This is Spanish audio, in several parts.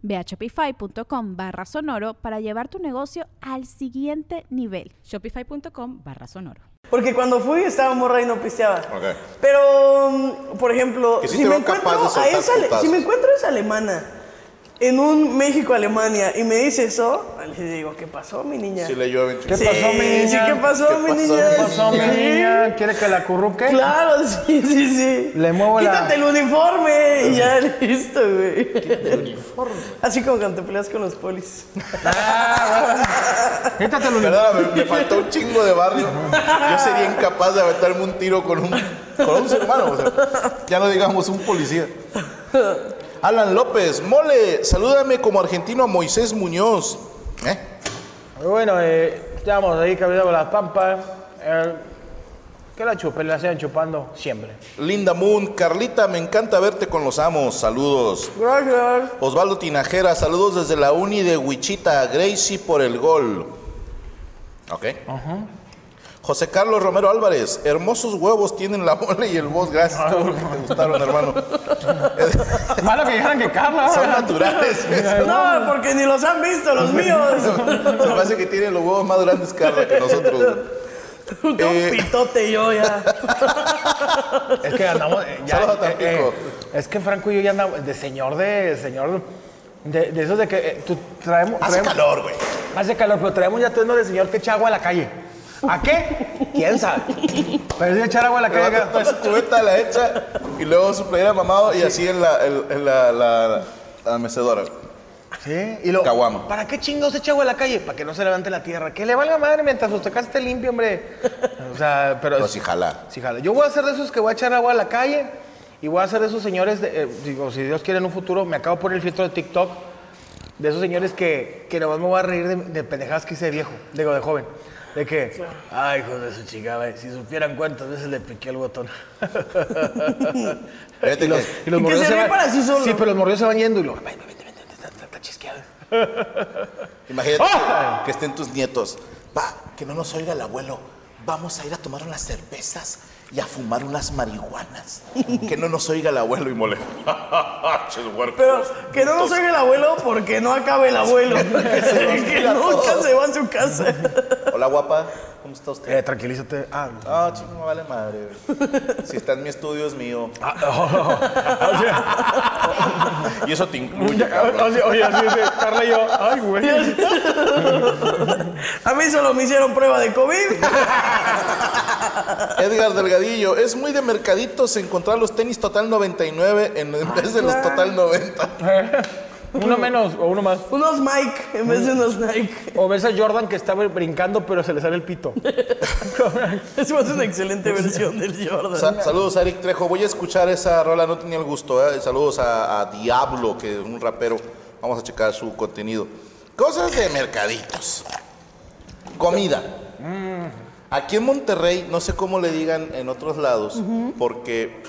Ve a shopify.com barra sonoro para llevar tu negocio al siguiente nivel. Shopify.com barra sonoro. Porque cuando fui estaba morra y no pisteaba. Ok. Pero, um, por ejemplo, Que sí si te me, veo capaz encuentro de a soltar esa ale- putazos. si me encuentro a esa alemana en un México-Alemania y me dice eso, le digo, ¿qué pasó, mi niña? Sí le llueven. ¿Qué Sí, pasó, mi niña? sí, ¿qué pasó, ¿Qué mi pasó, niña? mi ¿Qué pasó, mi Sí. niña? ¿Quiere que la acurruque? Claro, sí, sí, sí. Le muevo la- Quítate el uniforme y ya listo, güey. Quítate el uniforme. Así como cuando te peleas con los polis. Quítate el uniforme. Perdóname, me faltó un chingo de barrio. Yo sería incapaz de aventarme un tiro con un, con un ser humano. o sea, ya no digamos un policía. Alan López, mole, salúdame como argentino a Moisés Muñoz. ¿Eh? Bueno, eh, estábamos ahí caminando las pampas. eh, que la chupen, la sigan chupando siempre. Linda Moon, Carlita, me encanta verte con los amos. Saludos. Gracias. Osvaldo Tinajera, saludos desde la uni de Wichita. Gracie por el gol. Ok. José Carlos Romero Álvarez, hermosos huevos tienen la mole y el voz. Gracias todo lo que te gustaron, hermano. Malo que dijeran que Carla. Son naturales. No, porque ni los han visto los míos. Se me hace que tienen los huevos más grandes, Carla, que nosotros. Un Eh. pitote yo ya. Es que andamos. eh, ya, Saludos a eh, eh, Tampico. es que Franco y yo ya andamos de señor, de señor. De, de esos de que eh, tú traemos. Hace traemos- calor, güey. Hace calor, pero traemos ya atuendo de señor que echa agua a la calle. ¿A qué? ¿Quién sabe? Pero si echar agua a la Le va a calle. traer su cubeta, la echa y luego su playera mamado y así en la, en- en la, la- la mecedora. Sí, y lo. Caguama. ¿Para qué chingados echa agua a la calle? Para que no se levante la tierra. Que le valga madre mientras usted casa esté limpio, hombre. O sea, pero. Pero sí jala. Sí, jala. Yo voy a ser de esos que voy a echar agua a la calle y voy a ser de esos señores, de- eh, digo, si Dios quiere en un futuro, me acabo de poner el filtro de TikTok, de esos señores que, que nomás me voy a reír de, de pendejadas que hice de viejo, digo, de joven. De que, ay, hijo de su chingada, eh, si supieran cuántas veces le piqué el botón. Fíjate que- Y los Y que morrillos se ve van- para sí solo. Sí, pero los morrillos se van yendo y lo, vente, vente, vente, está, está- está chisqueado. Imagínate ¡Ah! que, que estén tus nietos. Pa, que no nos oiga el abuelo. Vamos a ir a tomar unas cervezas y a fumar unas marihuanas. que no nos oiga el abuelo y mole. Ches huercos. Pero que no pues, nos oiga el abuelo porque no acabe el abuelo. que nunca se va a su casa. Hola, guapa. ¿Cómo está usted? Eh, tranquilízate. Ah, no. Ah, chico, me vale madre. Si está en mi estudio, es mío. Ah, oh, o sea, Y eso te incluye, ya, o cabrón. sea, oye, así de Carla y yo, ay, güey. A mí solo me hicieron prueba de COVID. Edgar Delgadillo, es muy de mercaditos encontrar los tenis Total 99 en, en vez de los Total 90. Uno menos o uno más. Unos Mike en vez de unos Nike. O ves a Jordan que está brincando, pero se le sale el pito. Es más una excelente Pues, versión del Jordan. Sa- saludos a Eric Trejo. Voy a escuchar esa rola, no tenía el gusto. ¿eh? Saludos a, a Diablo, que es un rapero. Vamos a checar su contenido. Cosas de mercaditos. Comida. Mm. Aquí en Monterrey, no sé cómo le digan en otros lados, porque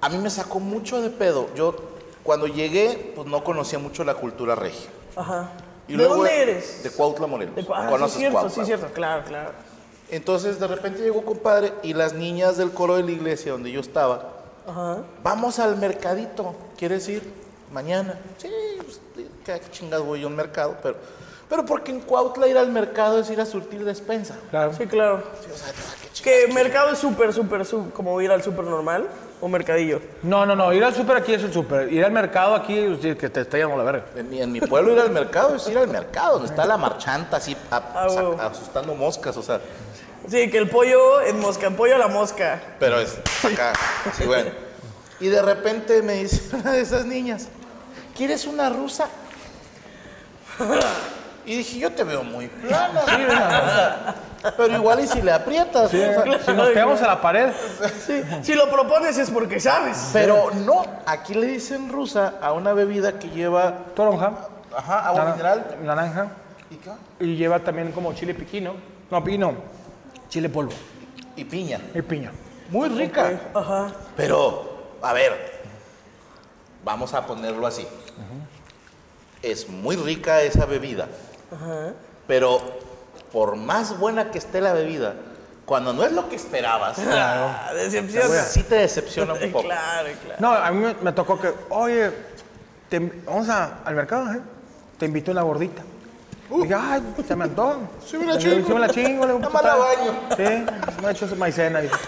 a mí me sacó mucho de pedo. Yo, cuando llegué, pues no conocía mucho la cultura regia. Ajá. Y ¿De luego- dónde eres? De Cuautla, Morelos. De Cua- ah, sí, Conoces cierto, Cuautla. sí, cierto. Claro, claro. Entonces de repente llegó un compadre y las niñas del coro de la iglesia donde yo estaba, vamos al mercadito, ¿quieres ir? Mañana. Sí, pues, qué chingados voy yo al mercado, pero, pero porque en Cuautla ir al mercado es ir a surtir despensa. Claro. Sí, claro. Que mercado es súper, súper, súper, como ir al súper normal o mercadillo. No, no, no. Ir al súper aquí es el súper. Ir al mercado aquí o sea, que te está yendo la verga. En mi, en mi pueblo ir al mercado es ir al mercado, donde está la marchanta así a- Ah, sa- huevo. asustando moscas, o sea, Sí, que el pollo en mosca, el pollo a la mosca. Pero es acá. Sí, bueno. Y de repente me dice una de esas niñas, ¿quieres una rusa? Y dije, yo te veo muy plana. Pero igual y si le aprietas. Sí, o sea, si nos pegamos a la pared. Sí, si lo propones es porque sabes. Pero no, aquí le dicen rusa a una bebida que lleva Toronja. ajá, agua nana- mineral. Naranja. ¿Y qué? Y lleva también como chile piquino. No, piquino. Chile polvo. Y piña. Y piña. Muy rica. Pero, a ver, vamos a ponerlo así. Es muy rica esa bebida. Pero por más buena que esté la bebida, cuando no es lo que esperabas, Ah, decepción. sí te decepciona un poco. Claro, claro. No, a mí me, me tocó que, oye, te inv- vamos a- al mercado, ¿eh? Te invito una gordita. Dije, ay, se me antoja. Uh. Sí me la Le digo, chingo. Sí me la chingo. Le digo, Nada "Pues, más la está". Sí, me ha hecho su maicena. Dice.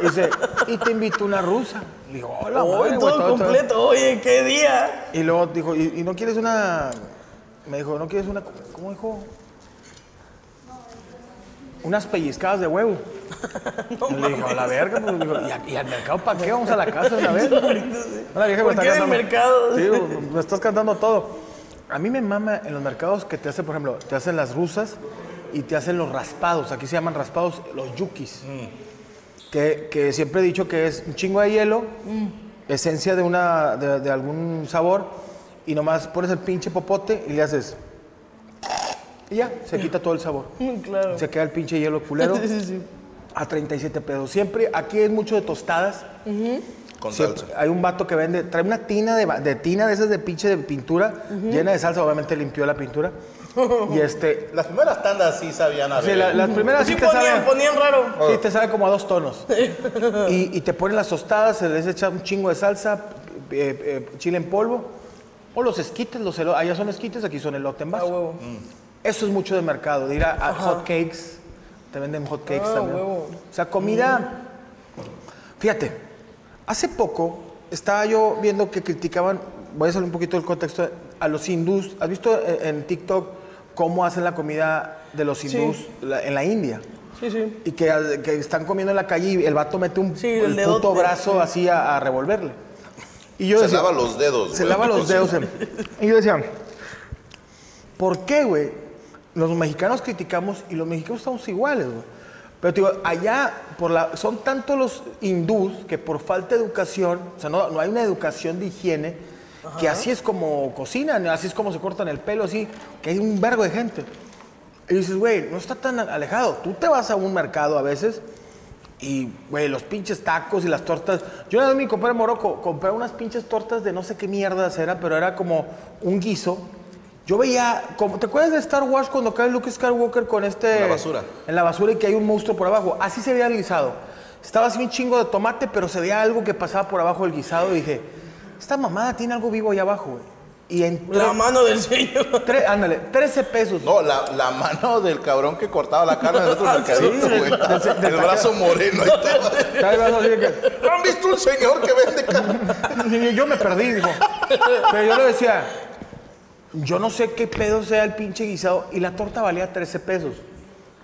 Dice, y te invito una rusa. Digo, hola, Hoy madre, güey, todo completo. Oye, qué día. Y luego dijo, ¿Y, y no quieres una...? Me dijo, ¿no quieres una...? ¿Cómo dijo? Unas pellizcadas de huevo. Y le dijo, a la verga, pues, dijo, ¿y, a- y al mercado para qué? Vamos a la casa una vez. La vieja me ¿Por está qué del cantando- mercado? Sí, güey, me estás cantando todo. A mí me mama en los mercados que te hacen, por ejemplo, te hacen las rusas y te hacen los raspados. Aquí se llaman raspados los yukis. Mm. Que, que siempre he dicho que es un chingo de hielo, esencia de, una, de, de algún sabor, y nomás pones el pinche popote y le haces. Y ya, se quita todo el sabor. Mm, Claro. Se queda el pinche hielo culero Sí, sí, sí. a 37 pesos. Siempre, aquí es mucho de tostadas. Con Siempre. salsa. Hay un vato que vende, trae una tina de, ba- de tina de esas de pinche de pintura, llena de salsa, obviamente limpió la pintura. y este, Las primeras tandas sí sabían a o sea, la- bebé. las primeras Pues Sí sí te saben. ponían, ponían raro. Sí, te sabe como a dos tonos. y, y te ponen las tostadas, se les echa un chingo de salsa, eh, eh, chile en polvo. O los esquites, los elotes. Allá son esquites, aquí son elote en vaso. Eso es mucho de mercado, de ir a, a hot cakes. Te venden hot cakes Ah, también. huevo. O sea, comida. Fíjate, hace poco estaba yo viendo que criticaban, voy a salir un poquito del contexto, a los hindús. ¿Has visto en, en TikTok cómo hacen la comida de los hindús la- en la India? Sí, sí. Y que, que están comiendo en la calle y el vato mete un Sí, el el dedote. puto brazo así a, a revolverle. Y yo Se decía, lava los dedos. se güey. lava los dedos. em. Y yo decía, ¿por qué, güey? Los mexicanos criticamos y los mexicanos estamos iguales, güey. Pero te digo, allá por la, son tantos los hindús que por falta de educación, o sea, no, no hay una educación de higiene, que así es como cocinan, así es como se cortan el pelo, así, que hay un vergo de gente. Y dices, güey, no está tan alejado. Tú te vas a un mercado a veces y, güey, los pinches tacos y las tortas. Yo una vez me compré en Morocco, compré unas pinches tortas de no sé qué mierdas eran, pero era como un guiso. Yo veía, como, ¿te acuerdas de Star Wars cuando cae Luke Skywalker con este... En la basura. En la basura y que hay un monstruo por abajo. Así se veía el guisado. Estaba así un chingo de tomate, pero se veía algo que pasaba por abajo del guisado y dije, esta mamada tiene algo vivo ahí abajo, güey. Y en... La mano del señor. ándale, 13 pesos. No, la, la mano del cabrón que cortaba la carne del otro mercadito, del- güey. del- del- El brazo moreno y todo. Estaba el vaso así de que- ¿No han visto un señor que vende carne? Ni yo me perdí, dijo. Pero yo le decía, yo no sé qué pedo sea el pinche guisado y la torta valía 13 pesos.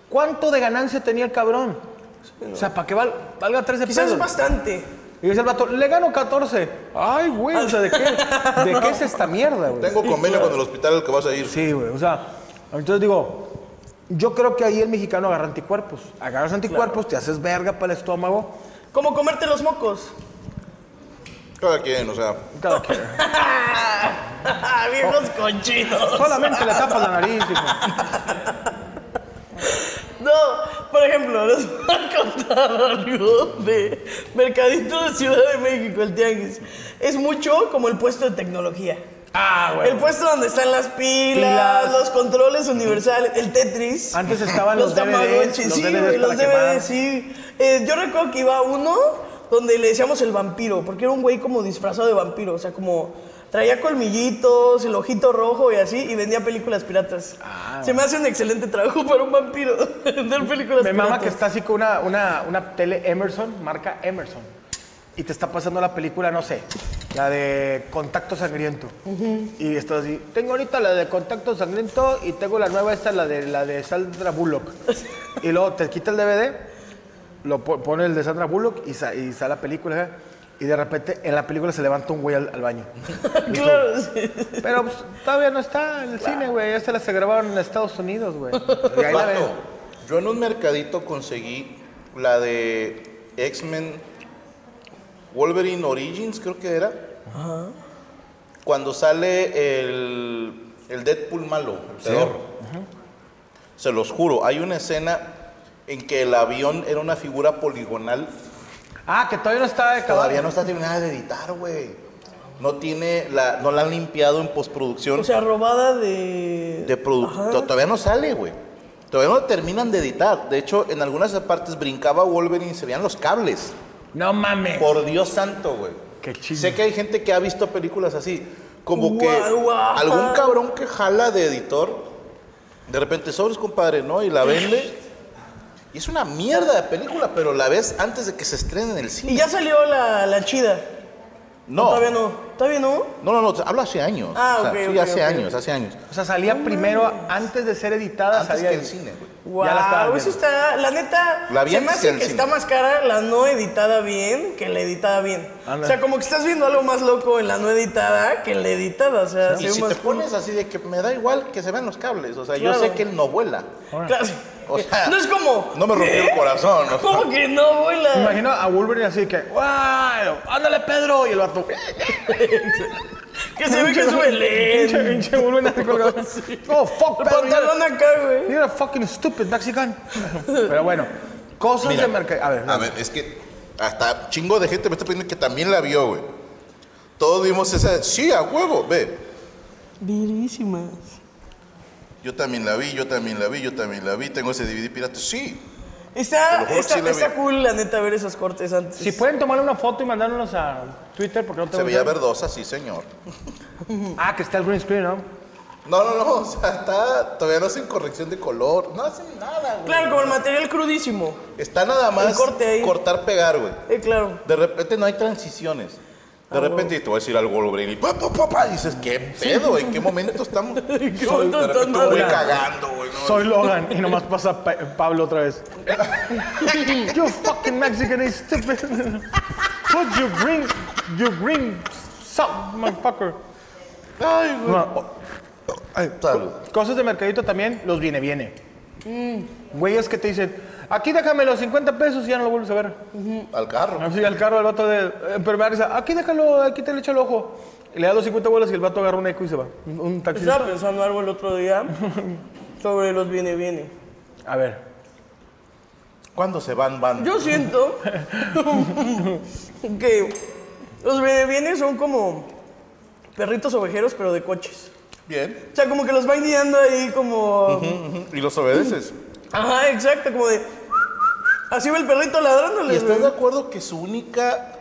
¿Cuánto de ganancia tenía el cabrón? O sea, ¿para que val- valga 13 Quizás pesos? bastante. Y dice el vato, le gano 14. Ay, güey, o sea, ¿de qué, de qué es esta mierda, güey? Tengo convenio con el hospital al que vas a ir. Sí, güey. O sea, entonces digo, yo creo que ahí el mexicano agarra anticuerpos. Agarras anticuerpos, te haces verga para el estómago. Como comerte los mocos. Cada quien, o sea. Cada quien. Ah, Viejos cochinos. Oh. Solamente le tapas la nariz, hijo. No, por ejemplo, les voy a contar algo de Mercadito de Ciudad de México, el Tianguis. Es mucho como el puesto de tecnología. Ah, El puesto donde están las pilas, Pilas. los controles universales, el Tetris. Antes estaban los DVDs, Tamagotchis, los sí, DVDs güey, para los quemar. DVDs, sí. Eh, yo recuerdo que iba uno donde le decíamos el vampiro, porque era un güey como disfrazado de vampiro, o sea, como traía colmillitos, el ojito rojo y así, y vendía películas piratas. Se me hace un excelente trabajo para un vampiro, vender películas Me piratas. mama que está así con una, una, una tele Emerson, marca Emerson. Y te está pasando la película, no sé, La de contacto sangriento. Y esto así. Tengo ahorita la de contacto sangriento y tengo la nueva esta, la de la de Sandra Bullock. y luego te quita el DVD, lo po- pone el de Sandra Bullock y, sa- y sale la película. ¿eh? Y de repente en la película se levanta un güey al, al baño. Y tú, Claro, sí. Pero pues, todavía no está en el cine, güey. Ya se las grabaron en Estados Unidos, güey. Y ahí la Vato, ven. yo en un mercadito conseguí la de X-Men Wolverine Origins, creo que era. Cuando sale el, el Deadpool malo, el pedorro. Se los juro, hay una escena en que el avión era una figura poligonal. Ah, que todavía no está de Todavía no está terminada de editar, güey. No tiene la, no la han limpiado en postproducción O sea, robada de. de produ- to- Todavía no sale, güey. Todavía no terminan de editar. De hecho, en algunas partes brincaba Wolverine y se veían los cables. No mames. Por Dios santo, güey. Qué chido. Sé que hay gente que ha visto películas así. Como que Guau, guau. algún cabrón que jala de editor, de repente sobres, compadre, ¿no? Y la vende. Y es una mierda de película, pero la ves antes de que se estrene en el Y cine. ya salió la, la chida. No. Todavía no. Todavía no. No, no, no, hablo hace años. Ah, O sea, ok, sí, ok, hace ok. años, hace años. O sea, salía primero antes de ser Ah, editada, Antes salía que el ahí. cine, güey. Wow, Ya la estaba eso viendo. está. La neta. La vi se me antes hace que en el que cine. está más cara la no editada bien que la editada bien. Ándale. O sea, como que estás viendo algo más loco en la no editada que en la editada. O sea, Y se ve si más te cool. pones así de que me da igual que se vean los cables, o sea, yo Claro. sé que él no vuela. Claro. O sea, no es como. No me rompió el corazón. o sea. ¿Cómo que no, güey? Me La... imagino a Wolverine así que, ¡guau! ¡Ándale, Pedro! Y el vato, Que se ve que sube pinche, lento. pinche Wolverine así colgado. ¡Oh, fuck, El Pedro! pantalón You're, acá, güey. you're a fucking stupid Mexican. Pero bueno, cosas Mira, de mercado. A ver, A ver, es que hasta chingo de gente me está pidiendo que también la vio, güey. Todos vimos esa. Sí, a huevo, ve. Virísimas. Yo también la vi, yo también la vi, yo también la vi. Tengo ese DVD pirata. Sí. Te Está, lo juro que está, sí la vi. pues. está cool, la neta, ver esos cortes antes. si pueden tomarle una foto y mandárnoslos a Twitter, porque no tengo. Se veía Twitter. verdosa, sí, señor. Ah, que está el green screen, ¿no? No, no, no. O sea, está, todavía no hacen corrección de color. No hacen nada, güey. Claro, como el material crudísimo. Está nada más corte ahí. cortar, pegar, güey. Eh, claro. De repente no hay transiciones. De Ah, repente te voy a decir algo, Wolverine, y pa, pa, pa, pa, dices, ¿qué pedo? ¿En qué momento estamos? qué Soy- momento de repente estamos? un güey cagando, güey. ¿no? Soy Logan y nomás pasa Pa- Pablo otra vez. you fucking Mexican is stupid. Put your green, your green sock, motherfucker. Ay, güey. Oh, No, o- Ay, salud. cosas de mercadito también, los viene, viene. Güeyes que te dicen, aquí déjame los 50 pesos y ya no lo vuelves a ver. Mm. Al carro. Así al carro el vato de eh, pero me da risa, aquí déjalo, aquí te le echo el ojo. Y le da los 50 bolas y el vato agarra un eco y se va. Un, un taxi. Estaba pensando algo el otro día sobre los viene viene. A ver. ¿Cuándo se van, van? Yo siento que los viene viene son como perritos ovejeros pero de coches. Bien. O sea, como que los van guiando ahí como ¿Y los obedeces? Mm. Ajá, exacto, como de Así va el perrito ¿Y ladrándoles. estás de güey. acuerdo que su única,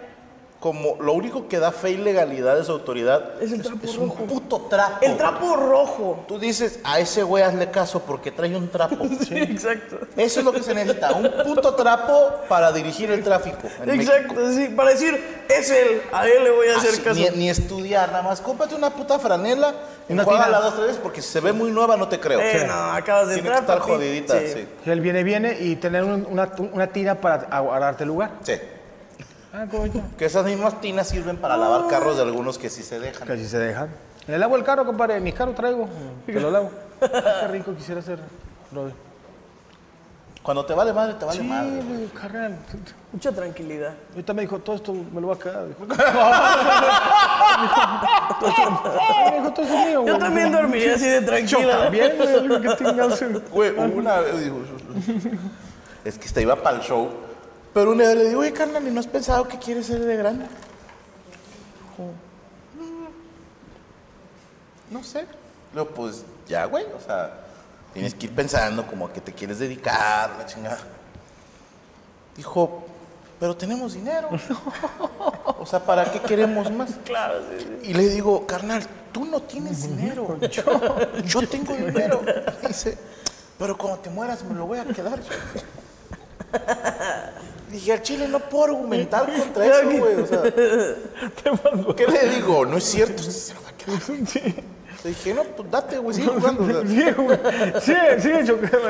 como, lo único que da fe y legalidad de su autoridad Es el trapo un rojo. puto trapo? El trapo rojo. Tú dices, a ese güey hazle caso porque trae un trapo. Sí, exacto. Eso es lo que se necesita, un puto trapo para dirigir el tráfico. en México. Exacto, sí, para decir, es él, a él le voy a hacer Así, caso. Ni, ni estudiar, nada más. Cómprate una puta franela y Una juega tina. la dos, tres veces porque si se ve muy nueva no te creo. Eh, no, acabas de Tiene entrar, que estar papi. jodidita, Sí. sí. Y él viene, viene y tener un- una, una tira para agarrarte el lugar. Sí. Ah, coño. Que esas mismas tinas sirven para lavar Ah. carros de algunos que sí se dejan. Que si se dejan. Le lavo el carro, compadre. Mi carro traigo. Te lo lavo. Ah, Qué rico quisiera ser, brother. Cuando te vale madre, te vale Sí, madre. güey, carnal. Mucha tranquilidad. Ahorita me dijo, todo esto me lo va a quedar. Dijo, me dijo, todo esto es mío. Yo güey". también dormiría así de Yo tranquila. también, güey. digo, ¿qué chingados? Güey, hubo una vez, digo, es que esta iba para el show, pero una vez le digo, oye, carnal, ¿y no has pensado que quieres ser de grande? Dijo, "Mm, No sé. Le digo, pues ya, güey, o sea, tienes que ir pensando como a qué te quieres dedicar, la chingada. Dijo, pero tenemos dinero. O sea, ¿para qué queremos más? Claro, sí, sí. Y le digo, carnal, tú no tienes dinero. Yo, yo tengo dinero. Dice, pero cuando te mueras me lo voy a quedar. Dije, al chile no puedo argumentar contra eso, Claro que- güey. O sea, Te mando. ¿qué le digo? No es cierto, se lo va a quedar. Le dije, no, pues date, güey, sigue jugando. o sea. Sí, güey. Sigue, sigue chocando.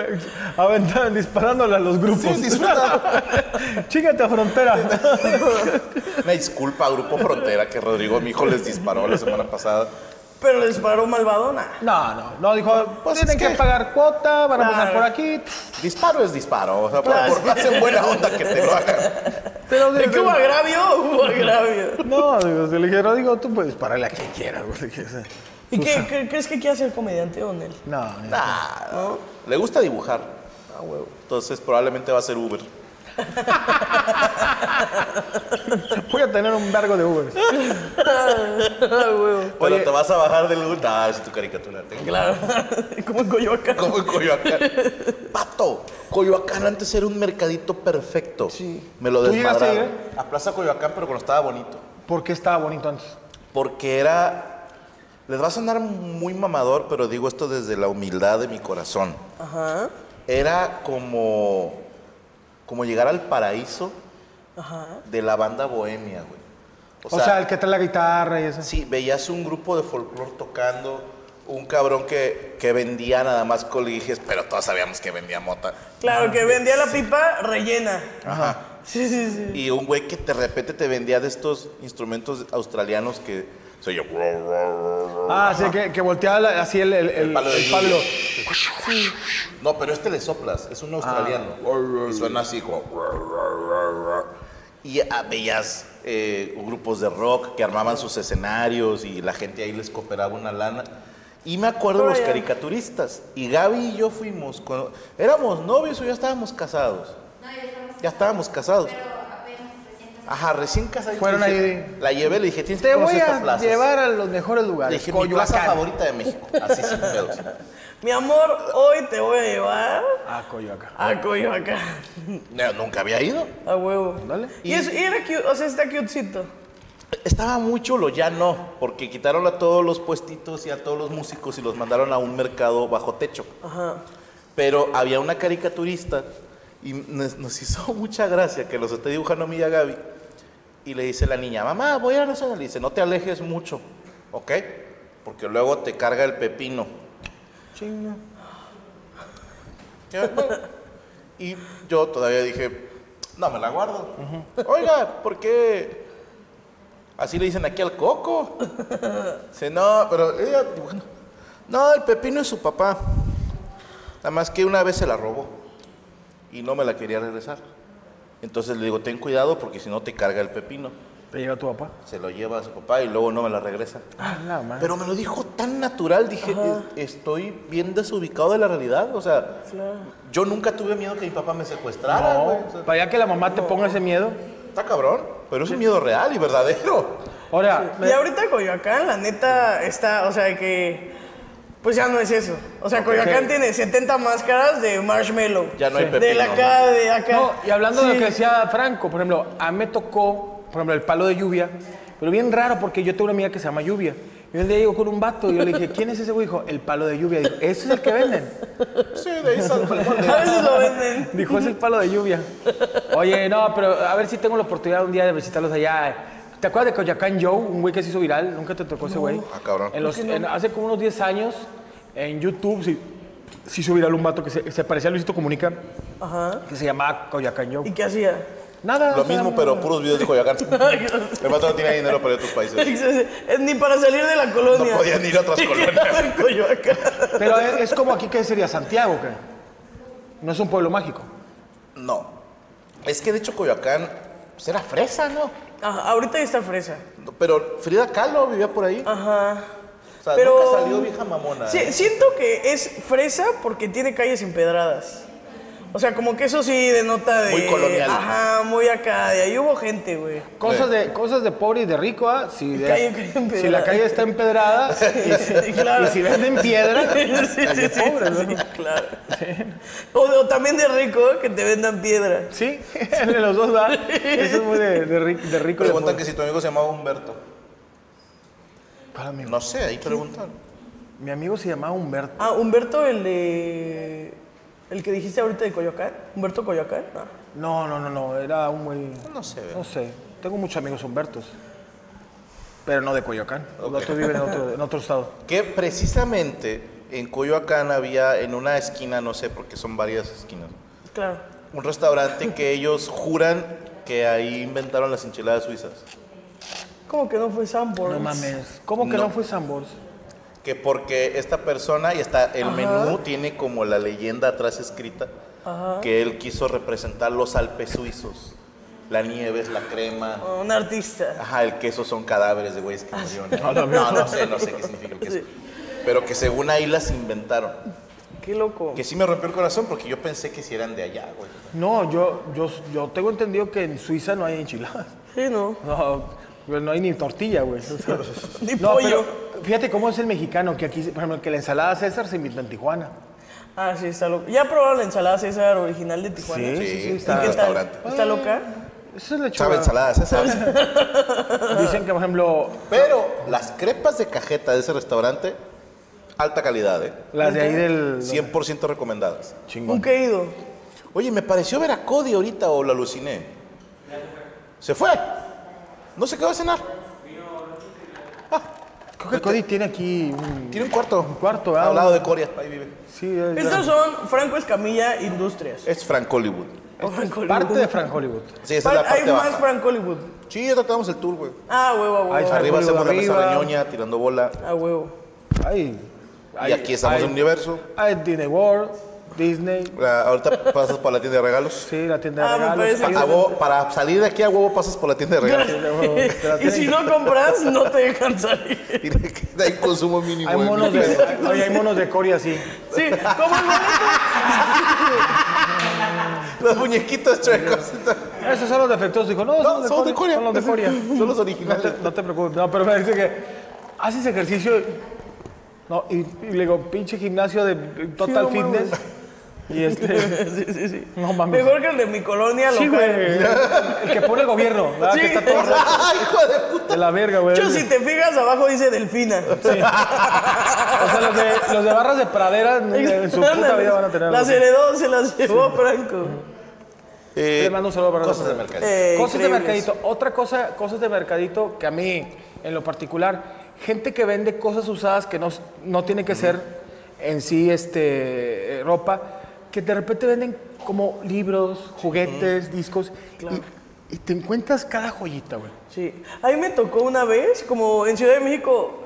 Aventando, disparándole a los grupos. Sí, disfruta. Chíngate a frontera. Una disculpa, Grupo Frontera, que Rodrigo, mi hijo, les disparó la semana pasada. Pero les paró malvadona. No, no, no, dijo, Pues tienen es que... que- pagar cuota, van a pasar Claro. por aquí. Disparo es disparo, o sea, por, Claro. por más en buena onda que te lo hagan. Pero ¿De qué hubo agravio? Hubo agravio. No, digo, se le dije, Rodrigo, tú puedes dispararle a quien quiera, güey. le dije, o sea, ¿Y qué, cre- crees que quiere ser comediante o Nel? No, no. Ah, Le gusta dibujar. Entonces probablemente va a ser Uber. Voy a tener un vergo de Uber. Pero te vas a bajar del Uber. Ah, es tu caricatura. Tengo Claro. ¿Cómo en Coyoacán? Como en Coyoacán. Pato, Coyoacán antes era un mercadito perfecto. Sí. Me lo ¿Tú llegaste a desmadraron. A Plaza Coyoacán, pero cuando estaba bonito. ¿Por qué estaba bonito antes? Porque era. Les va a sonar muy mamador, pero digo esto desde la humildad de mi corazón. Ajá. Era como. Como llegar al paraíso Ajá. de la banda bohemia, güey. O sea, el que trae la guitarra y eso. Sí, veías un grupo de folclore tocando, un cabrón que, que vendía nada más coliges, pero todos sabíamos que vendía mota. Claro, que vendía la pipa rellena. Ajá. Sí, sí, sí. Y un güey que de repente te vendía de estos instrumentos australianos que se oye. Ah, sí, que, que volteaba la- así el, el, el- el palo palo. de- No, pero este le soplas, es Ah. un australiano. Y suena así como. Y ah, veías eh, grupos de rock que armaban sus escenarios y la gente ahí les cooperaba una lana. Y me acuerdo de los Brian. caricaturistas. Y Gaby y yo fuimos. con- ¿Éramos novios o ya estábamos casados? ya estábamos casados. Ajá, recién casados. Fueron Dije, ahí. La llevé, le dije, tienes que Te voy conocer esta a plaza. llevar a los mejores Le lugares. dije, mi plaza Coyoacán. favorita de México. Así sin pedos. Mi amor, hoy te voy a llevar Ah, Coyoacán. a Coyoacán. No, nunca había ido. A huevo. Dale. Y, eso, y era cute, o sea, está cutecito. Estaba muy chulo, ya no, porque quitaron a todos los puestitos y a todos los músicos y los mandaron a un mercado bajo techo. Pero había una caricaturista y nos, nos hizo mucha gracia que los esté dibujando a mí y a Gaby. Y le dice la niña, mamá, voy a la zona. Le dice, no te alejes mucho, ¿ok? Porque luego te carga el pepino. Chinga. Y yo todavía dije, no, me la guardo. Oiga, ¿por qué? Así le dicen aquí al coco. Dice, no, pero ella dibujando. No, el pepino es su papá. Nada más que una vez se la robó y no me la quería regresar. Entonces le digo, ten cuidado porque si no te carga el pepino. Te lleva tu papá. Se lo lleva a su papá y luego no me la regresa. Ah, la madre. Pero me lo dijo tan natural, dije, "Es- estoy bien desubicado de la realidad. O sea, yo nunca tuve miedo que mi papá me secuestrara. güey. O sea, No, para ya que la mamá te ponga ese miedo. está cabrón, pero es un miedo real y verdadero. Ahora, Y me- ahorita Coyoacán, la neta, está, o sea, que. Pues ya no es eso. O sea, Coyoacán tiene 70 máscaras de marshmallow. Ya no hay De la pepino. acá, de acá. no, y hablando de lo Sí. que decía Franco, por ejemplo, a mí me tocó, por ejemplo, el palo de lluvia, pero bien raro porque yo tengo una amiga que se llama Lluvia. Y un día llego con un vato y yo le dije, ¿quién es ese güey? Dijo, el palo de lluvia. Dijo, ¿ese es el que venden? Sí, de ahí salgo el molde. A veces lo venden. Dijo, es el palo de lluvia. Oye, no, pero a ver si tengo la oportunidad un día de visitarlos allá. ¿Te acuerdas de Coyacán Joe, un güey que se hizo viral? Nunca te tocó ese güey. Ah, cabrón. En los- en- hace como unos 10 años, en YouTube sí, sí hizo viral un vato que se, se parecía a Luisito Comunica, Ajá. que se llamaba Coyacán Joe. ¿Y qué hacía? Nada. Lo o sea, mismo, pero puros videos de Coyoacán. El vato no tenía dinero para ir a otros países. Ni para salir de la colonia. No podían ir a otras Y colonias. quedaba en Coyoacán. Pero es, es como aquí que sería Santiago, que no es un pueblo mágico. No. Es que de hecho Coyoacán pues, era fresa, ¿no? Ajá, ahorita ya está fresa. No, Pero Frida Kahlo vivía por ahí. Ajá. O sea, Ah, Pero- nunca salió vieja mamona. Sí, ¿eh? siento que es fresa porque tiene calles empedradas. O sea, como que eso sí denota de. Muy colonial. Ajá, muy acá. De ahí hubo gente, güey. Cosas de, cosas de pobre y de rico, ¿ah? Si, de- calle- calle empedrada. si la calle está empedrada y si, Claro. y si venden piedra, Sí, sí, es de sí, pobre, sí, ¿no? claro. O, o también de rico que te vendan piedra. Sí, de los dos va. Eso es muy de, de ri- de rico. de Preguntan pobre. que si tu amigo se llamaba Humberto. ¿Cuál amigo? No sé, ahí preguntan. Mi amigo se llamaba Humberto. Ah, Humberto, el de. El que dijiste ahorita de Coyoacán. Humberto Coyoacán. No. No, no, no, no. Era un güey. No sé, No ¿verdad? sé. Tengo muchos amigos Humbertos. Pero no de Coyoacán. Los otros viven en otro, en otro estado. Que precisamente en Coyoacán había en una esquina, no sé, porque son varias esquinas, Claro. un restaurante que ellos juran que ahí inventaron las enchiladas suizas. ¿Cómo que no fue Sanborns? No mames. ¿Cómo que no, No. fue Sambors? Que porque esta persona, y hasta el menú tiene como la leyenda atrás escrita, que él quiso representar los Alpes suizos. La nieve es la crema. Ah, Un artista. Ajá, el queso son cadáveres de güeyes que murieron. No, no sé, no sé qué significa el queso. Pero que según ahí las inventaron. Qué loco. Que sí me rompió el corazón porque yo pensé que si eran de allá, güey. No, yo, yo, yo tengo entendido que en Suiza no hay enchiladas. Sí, ¿no? No, güey, no hay ni tortilla, güey. Ni No, pollo. pero fíjate cómo es el mexicano, que aquí, por ejemplo, que la ensalada César se inventó en Tijuana. Ah, sí, está loco. ¿Ya probaron la ensalada César original de Tijuana? Sí, Sí, sí, en está- el ¿Qué tal? restaurante. ¿Está loca? Esa es Sabe la chula. ensaladas, ¿eh? ¿sabes? Dicen que, por ejemplo, Pero las crepas de cajeta de ese restaurante, alta calidad, ¿eh? las de ahí del... 100% recomendadas. Chingón. Nunca he ido. Oye, me pareció ver a Cody ahorita o lo aluciné. ¿Se fue? ¿No se quedó a cenar? Creo que Cody tiene aquí un... Tiene un cuarto. Un cuarto, ah. ¿verdad? Al lado de Corea, ahí vive. Sí, es- Estos son Franco Escamilla Industrias. Es Frank Hollywood. O Franco parte Hollywood. de Frank Hollywood. Sí, esa es la Fran- Hay parte más baja. Frank Hollywood. Sí, ya tratamos el tour, güey. Ah, huevo, a Ahí huevo. está. Arriba Hollywood hacemos la mesa arriba. reñoña, tirando bola. A huevo. Ay, Y aquí estamos en un universo. Hay Disney World, Disney, La- ahorita pasas por la tienda de regalos. sí, la tienda de Ah, me regalos. parece Hay A huevo- para salir de aquí a huevo pasas por la tienda de regalos. y si no compras, no te dejan salir. Y de que hay consumo mínimo. Hay ¿eh? monos de, oye, hay monos de Corea, sí. Sí, ¿cómo no? Los muñequitos chuecos. Esos son los defectuosos. Dijo, no, No, son de Corea. Son los de Corea. Son los originales. No te, no te preocupes. No, pero me dice que haces ejercicio. No, y, y le digo, pinche gimnasio de Total no mames. Fitness. Y este. Sí, sí, sí. No mames. Mejor que el de mi colonia Sí, local. Ah, güey. El que pone el gobierno, ¿verdad? Sí. Que está todo Hijo de puta. de la verga, güey. De hecho, si te fijas, abajo dice Delfina. O sea, los de, los de barras de pradera en, en su puta vida van a tener. Las heredó, se las llevó Franco. Eh, Le mando un saludo para Cosas de nosotros. mercado. Eh, cosas de increíbles. mercadito. Otra cosa, cosas de mercadito que a mí, en lo particular, gente que vende cosas usadas que no, no tiene que ser en sí este, eh, ropa, que de repente venden como libros, juguetes, discos, y- y, te encuentras cada joyita, güey. Sí. A mí me tocó una vez, como en Ciudad de México,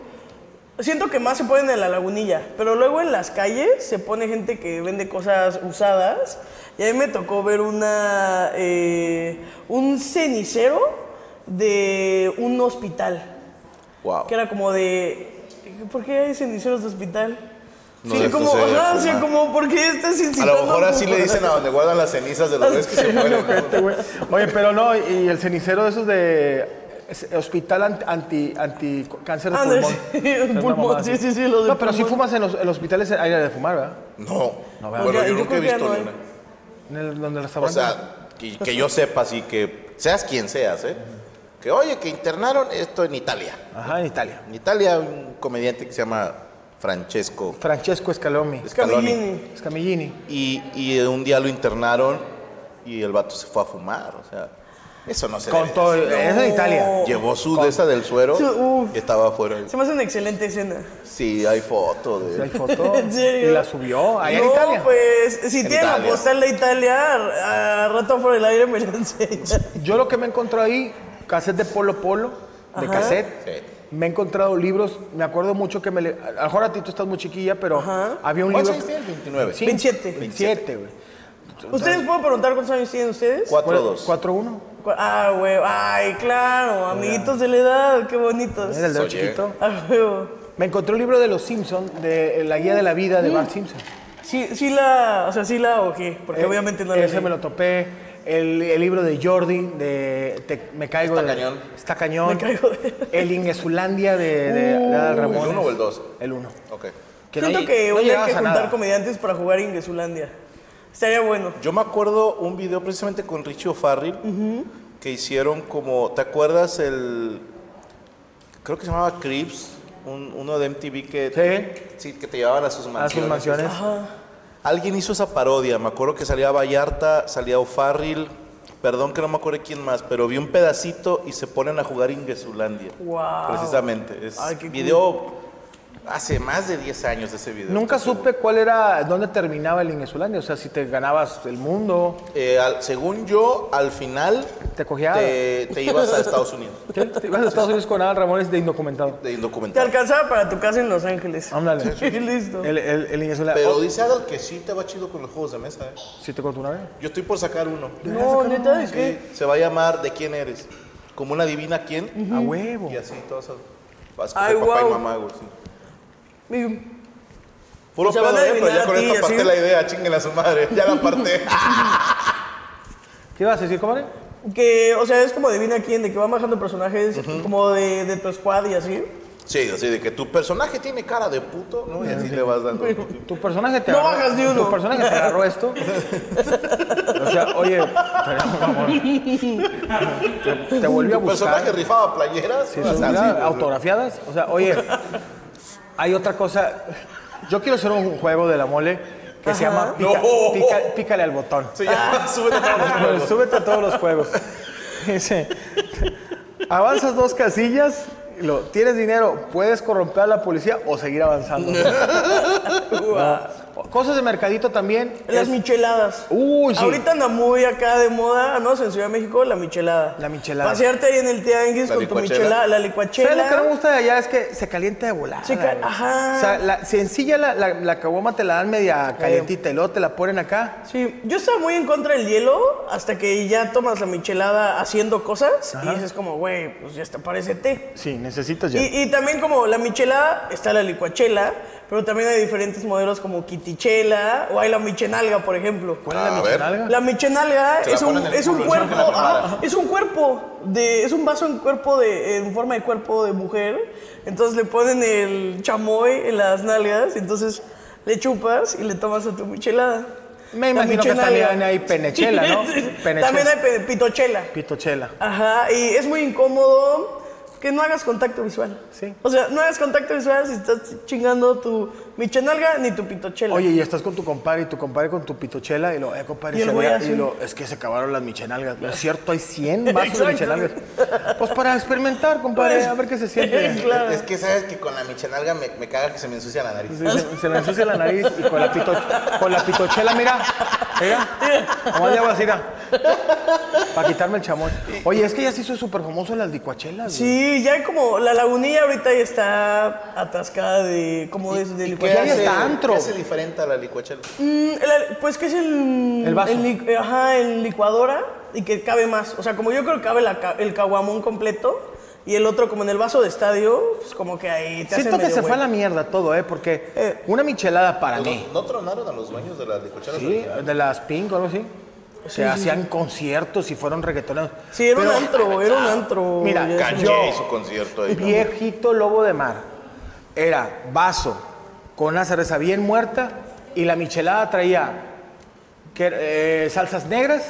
siento que más se ponen en la lagunilla, pero luego en las calles se pone gente que vende cosas usadas. Y a mí me tocó ver una, eh, un cenicero de un hospital. Wow. Que era como de. ¿Por qué hay ceniceros de hospital? No sí, les como, sucede, ajá, o sea, ajá. como, ¿por qué estás A incitando lo mejor así le como- dicen a donde guardan las cenizas de los veces que se mueren. Este, güey. Oye, pero no, y el cenicero de esos de es- hospital anti, anti, anti cáncer de Ah, no, pulmón. sí, Es una pulmón, mamada, sí, sí, sí, los de No, pero si pulmón. fumas en los, en los hospitales hay área de fumar, ¿verdad? No. No, vea. bueno, Ya, yo yo nunca he creo que ya visto no ni hay. una. En el, donde el O restaurante. sea, que, que yo sepa, así que seas quien seas, ¿eh? Que oye, que internaron esto en Italia. Ajá, en Italia. En Italia, un comediante que se llama Francesco Francesco Scalomi. Scaloni. Camillini. Scamillini. Y, y un día lo internaron y el vato se fue a fumar. O sea, eso no se Con debe todo. de hacer. Es de Italia. Llevó su de esa del suero Su- uf. y estaba afuera. Se me hace una excelente escena. Sí, hay fotos de Hay foto. ¿En serio? Y la subió allá no, en Italia. pues, si En tienen la Italia. postal de Italia, a a rato por el aire me la enseñan. Yo lo que me he encontrado ahí, cassette de Polo Polo, de cassette. Sí. Me he encontrado libros, me acuerdo mucho que me... le- A lo mejor a ti tú estás muy chiquilla, pero había un ¿Cuántos años libro... tienes? 29. Sí, 27. 27, güey. ¿Ustedes puedo preguntar cuántos años tienen ustedes? 4-2. 4-1. Cu- Ah, huevo. Ay, claro, amiguitos de la edad, qué bonitos. Era el dedo Oye. chiquito. Ah, huevo. Me encontré un libro de los Simpsons, de La Guía de la Vida de Mm. Bart Simpson. Sí, sí la, o sea, sí la ojé, porque Eh, obviamente no la Ese leí. me lo topé. El, el libro de Jordi, de Te- Me Caigo. Está de- cañón. Está cañón. Me caigo de- Uh. El Ingezulandia de, de, de Adal ¿El Ramones. uno o el dos? El uno. Ok. Siento lle- que hubiera llegabas que a juntar nada. comediantes para jugar Ingesulandia. Estaría bueno. Yo me acuerdo un video precisamente con Richie O'Farrill que hicieron como, ¿te acuerdas el, creo que se llamaba Crips, un- uno de MTV que, Sí. sí, que te llevaban a sus A sus mansiones? mansiones. Alguien hizo esa parodia. Me acuerdo que salía Vallarta, salía O'Farrill. Perdón que no me acuerdo quién más, pero vi un pedacito y se ponen a jugar Ingesulandia. Guau. Precisamente. Es Ay, qué cool. video hace más de 10 años de ese video. Nunca estoy supe cuál era, dónde terminaba el Inesulandia. O sea, si te ganabas el mundo, seguro. Eh, al- según yo, al final te cogía. te, te ibas a Estados Unidos. ¿Qué? Te ibas a Estados Unidos con Adal Ramones de indocumentado. De Te indocumentado. alcanzaba para tu casa en Los Ángeles. Ándale. Y listo. El, el, el Inesulandia. Pero Oh, dice Adal que sí te va chido con los juegos de mesa. ¿eh? ¿Sí te contó una vez? Yo estoy por sacar uno. No, neta, ¿de qué? Se va a llamar ¿De quién eres? Como una divina quién. A huevo. Y así, todo eso. Vas Ay, con papá y guau. mamá, güey. sí. Y- Puro O sea, pedo, van a ¿eh? Pero adivinar ya a con ti, esto así. parte la idea, chinguen a su madre. Ya la parte. ¿Qué ibas a decir, comadre? Que, o sea, es como adivina quién, de que van bajando personajes como de, de tu squad y así. sí, así de que tu personaje tiene cara de puto, ¿no? Y así le vas dando. Tu personaje te No agarró- bajas ni uno. Tu personaje te agarró esto. o sea, oye, pero, por favor. te, te volvió a Tu personaje buscar. rifaba playeras. Sí, o sea, son así, mira, güey. autografiadas. O sea, oye, hay otra cosa. Yo quiero hacer un juego de la mole que se llama pica- No. pica- Pícale al botón. Sí, ya, súbete a todos los Bueno, juegos. súbete a todos los juegos. Dice, avanzas dos casillas, lo, tienes dinero, puedes corromper a la policía o seguir avanzando. O- Cosas de mercadito también. Las Ah, es- micheladas. Uy, sí. Ahorita anda muy acá de moda, ah, ¿no? En Ciudad de México, la michelada. La michelada. Pasearte ahí en el tianguis La con tu licuachela. michelada, la ¿Sabes lo que no me licuachela. gusta de allá? Es que se calienta de volada. Se ca- güey. ajá. O sea, la, sencilla la, la, la caguama te la dan media calientita y luego te la ponen acá. Eh. Sí, yo estaba muy en contra del hielo hasta que ya tomas la michelada haciendo cosas y dices como, güey, pues ya está, parece té. Sí, necesitas Y, y también como la michelada, está la licuachela, pero también hay diferentes modelos como kitichela o hay la michenalga, por ejemplo. ¿Cuál es la A ver. michenalga? La michenalga Se la es un, ponen en el es un culo, cuerpo, ¿no? Que la ajá, prepara. es un cuerpo, de, es un vaso en cuerpo de, en forma de cuerpo de mujer. Entonces le ponen el chamoy en las nalgas, entonces le chupas y le tomas a tu michelada. Me La imagino que michenalga. también hay penechela, ¿no? Penechela. También hay pe- pitochela. Pitochela. Ajá, y es muy incómodo que no hagas contacto visual. Sí. O sea, no hagas contacto visual si estás chingando tu michenalga ni tu pitochela. Oye, y estás con tu compadre y tu compadre con tu pitochela y lo, eh, compadre, Y el se güey vea", así. y lo, es que se acabaron las michenalgas. No es cierto, hay 100 vasos de Exacto. michenalgas. Pues para experimentar, compadre, a ver qué se siente. Claro. Es que sabes que con la michenalga me, me caga que se me ensucia la nariz. Sí, se, se me ensucia la nariz y con la, pito, con la pitochela, mira, mira, nomás le hago así, para quitarme el chamón. Oye, es que ya se hizo súper famoso las licuachelas. güey. Sí, ya hay como la lagunilla ahorita ya está atascada de como de, de ¿Y licuachela. hace? está antro. ¿Qué hace diferente a la licuachela? Mm, el- pues que es el El vaso. lic- ajá, en licuadora y que cabe más. O sea, como yo creo que cabe la ca- el caguamón completo y el otro como en el vaso de estadio, pues como que ahí te hace Siento que medio se fue a huevo. la mierda todo, ¿eh? Porque Eh. una michelada para mí. ¿No, no tronaron a los dueños de las licuachelas? Sí, originales? de las Pink o algo así. Se hacían conciertos y fueron reggaetoneros. Sí, era Pero un antro, era un antro. Mira, ya sé. Yo- Kanye hizo concierto ahí. cabrón. Viejito lobo de mar. Era vaso con una cerveza bien muerta y la michelada traía que, eh, salsas negras,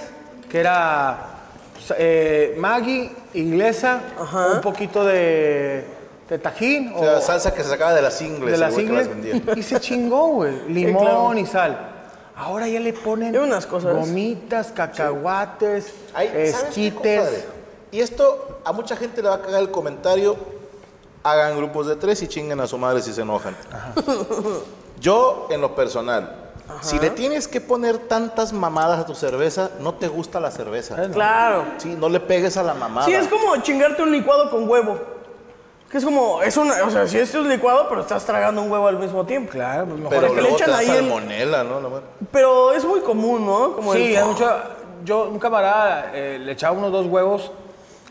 que era eh, Maggi, inglesa, un poquito de, de tajín O sea, o salsa que se sacaba de las ingles. de las el güey que ingles vendía. y se chingó, güey. Limón claro. y sal. Ahora ya le ponen Y unas cosas. gomitas, cacahuates, Ay, ¿sabes qué, compadre? esquites. Y esto a mucha gente le va a cagar el comentario. Hagan grupos de tres y chinguen a su madre si se enojan. Yo, en lo personal, si le tienes que poner tantas mamadas a tu cerveza, no te gusta la cerveza. Claro. Sí, no le pegues a la mamada. Sí, es como chingarte un licuado con huevo. Que es como, es una, o sea, sí es un licuado, pero estás tragando un huevo al mismo tiempo. Claro, pues mejor. Pero que le luego te echan da ahí el- salmonela, ¿no? La madre. Pero es muy común, ¿no? Como sí, el- hay mucho- yo un camarada eh, le echaba unos dos huevos.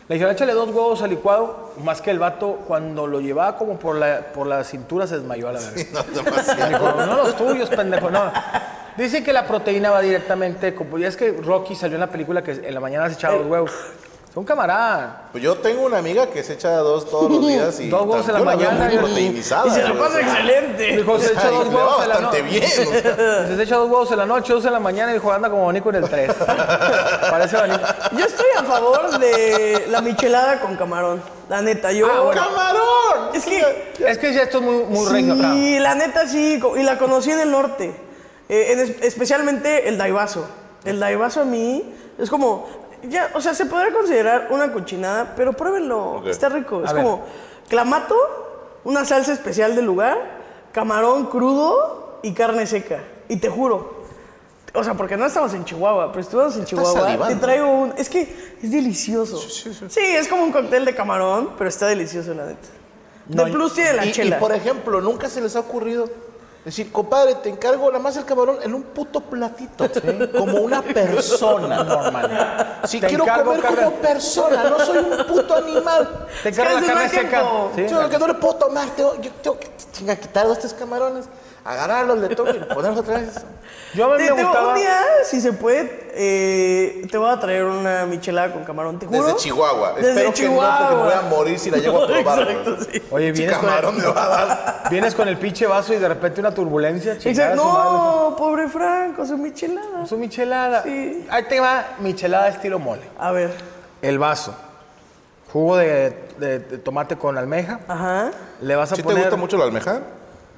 Le dijeron, échale dos huevos al licuado, más que el vato, cuando lo llevaba como por la, por la cintura se desmayó a la verga. No, demasiado. Dijo, no los tuyos, pendejo, no. Dicen que la proteína va directamente, como ya es que Rocky salió en la película que en la mañana se Eh. echaba los huevos. Es un camarada. Pues yo tengo una amiga que se echa dos todos los días y Dos huevos en la yo veo mañana muy y- proteinizada. Y se la güey, pasa o sea, excelente. Ah, Dijo, se echa y dos le va huevos en la bastante noche. bien. o sea. Se echa dos huevos en la noche, dos en la mañana y dijo, anda como abanico en el 3. Parece abanico. Yo estoy a favor de la michelada con camarón. La neta, yo. Ah, bueno. ¡Camarón! Es que. Es que ya esto es muy, muy reño acá. Sí, la neta sí. co- Y la conocí en el norte. Eh, en es- especialmente el daibazo. El daibazo a mí es como, ya, o sea, se podría considerar una cochinada, pero pruébenlo, Ok. está rico. A es ver. como clamato, una salsa especial del lugar, camarón crudo y carne seca. Y te juro, o sea, porque no estamos en Chihuahua, pero estuvimos en Chihuahua. Te salivando. traigo un, es que es delicioso. Sí, es como un cóctel de camarón, pero está delicioso la neta. No, de y- plus tiene la Y, y, chela. por ejemplo, nunca se les ha ocurrido decir, compadre, te encargo nada más el camarón en un puto platito, como una persona normal. Si Te quiero encargo comer carne- como persona, no soy un puto animal. Te encargo Es que la carne hace más seca. tiempo. Sí, yo lo que no le puedo tomar, tengo, yo tengo que chinga, quitar estos camarones, agarrarlos, le toco y ponerlos otra vez. Yo a mí Te- me te- gustaba. un día, si se puede, eh, te voy a traer una michelada con camarón, te juro. Desde Chihuahua. Desde Espero Chihuahua. que no, porque me voy a morir si la llevo a probar. Exacto, güey. sí. Oye, Ese vienes con, camarón me va a dar. vienes con el pinche vaso y de repente una turbulencia. chingada Exacto. su madre. No, pobre Franco, su michelada. Su michelada. Sí. Ahí te va michelada estilo mole. A ver, El vaso. Jugo de, de- de tomate con almeja. ajá. Le vas a ¿Sí te poner. gusta mucho la almeja?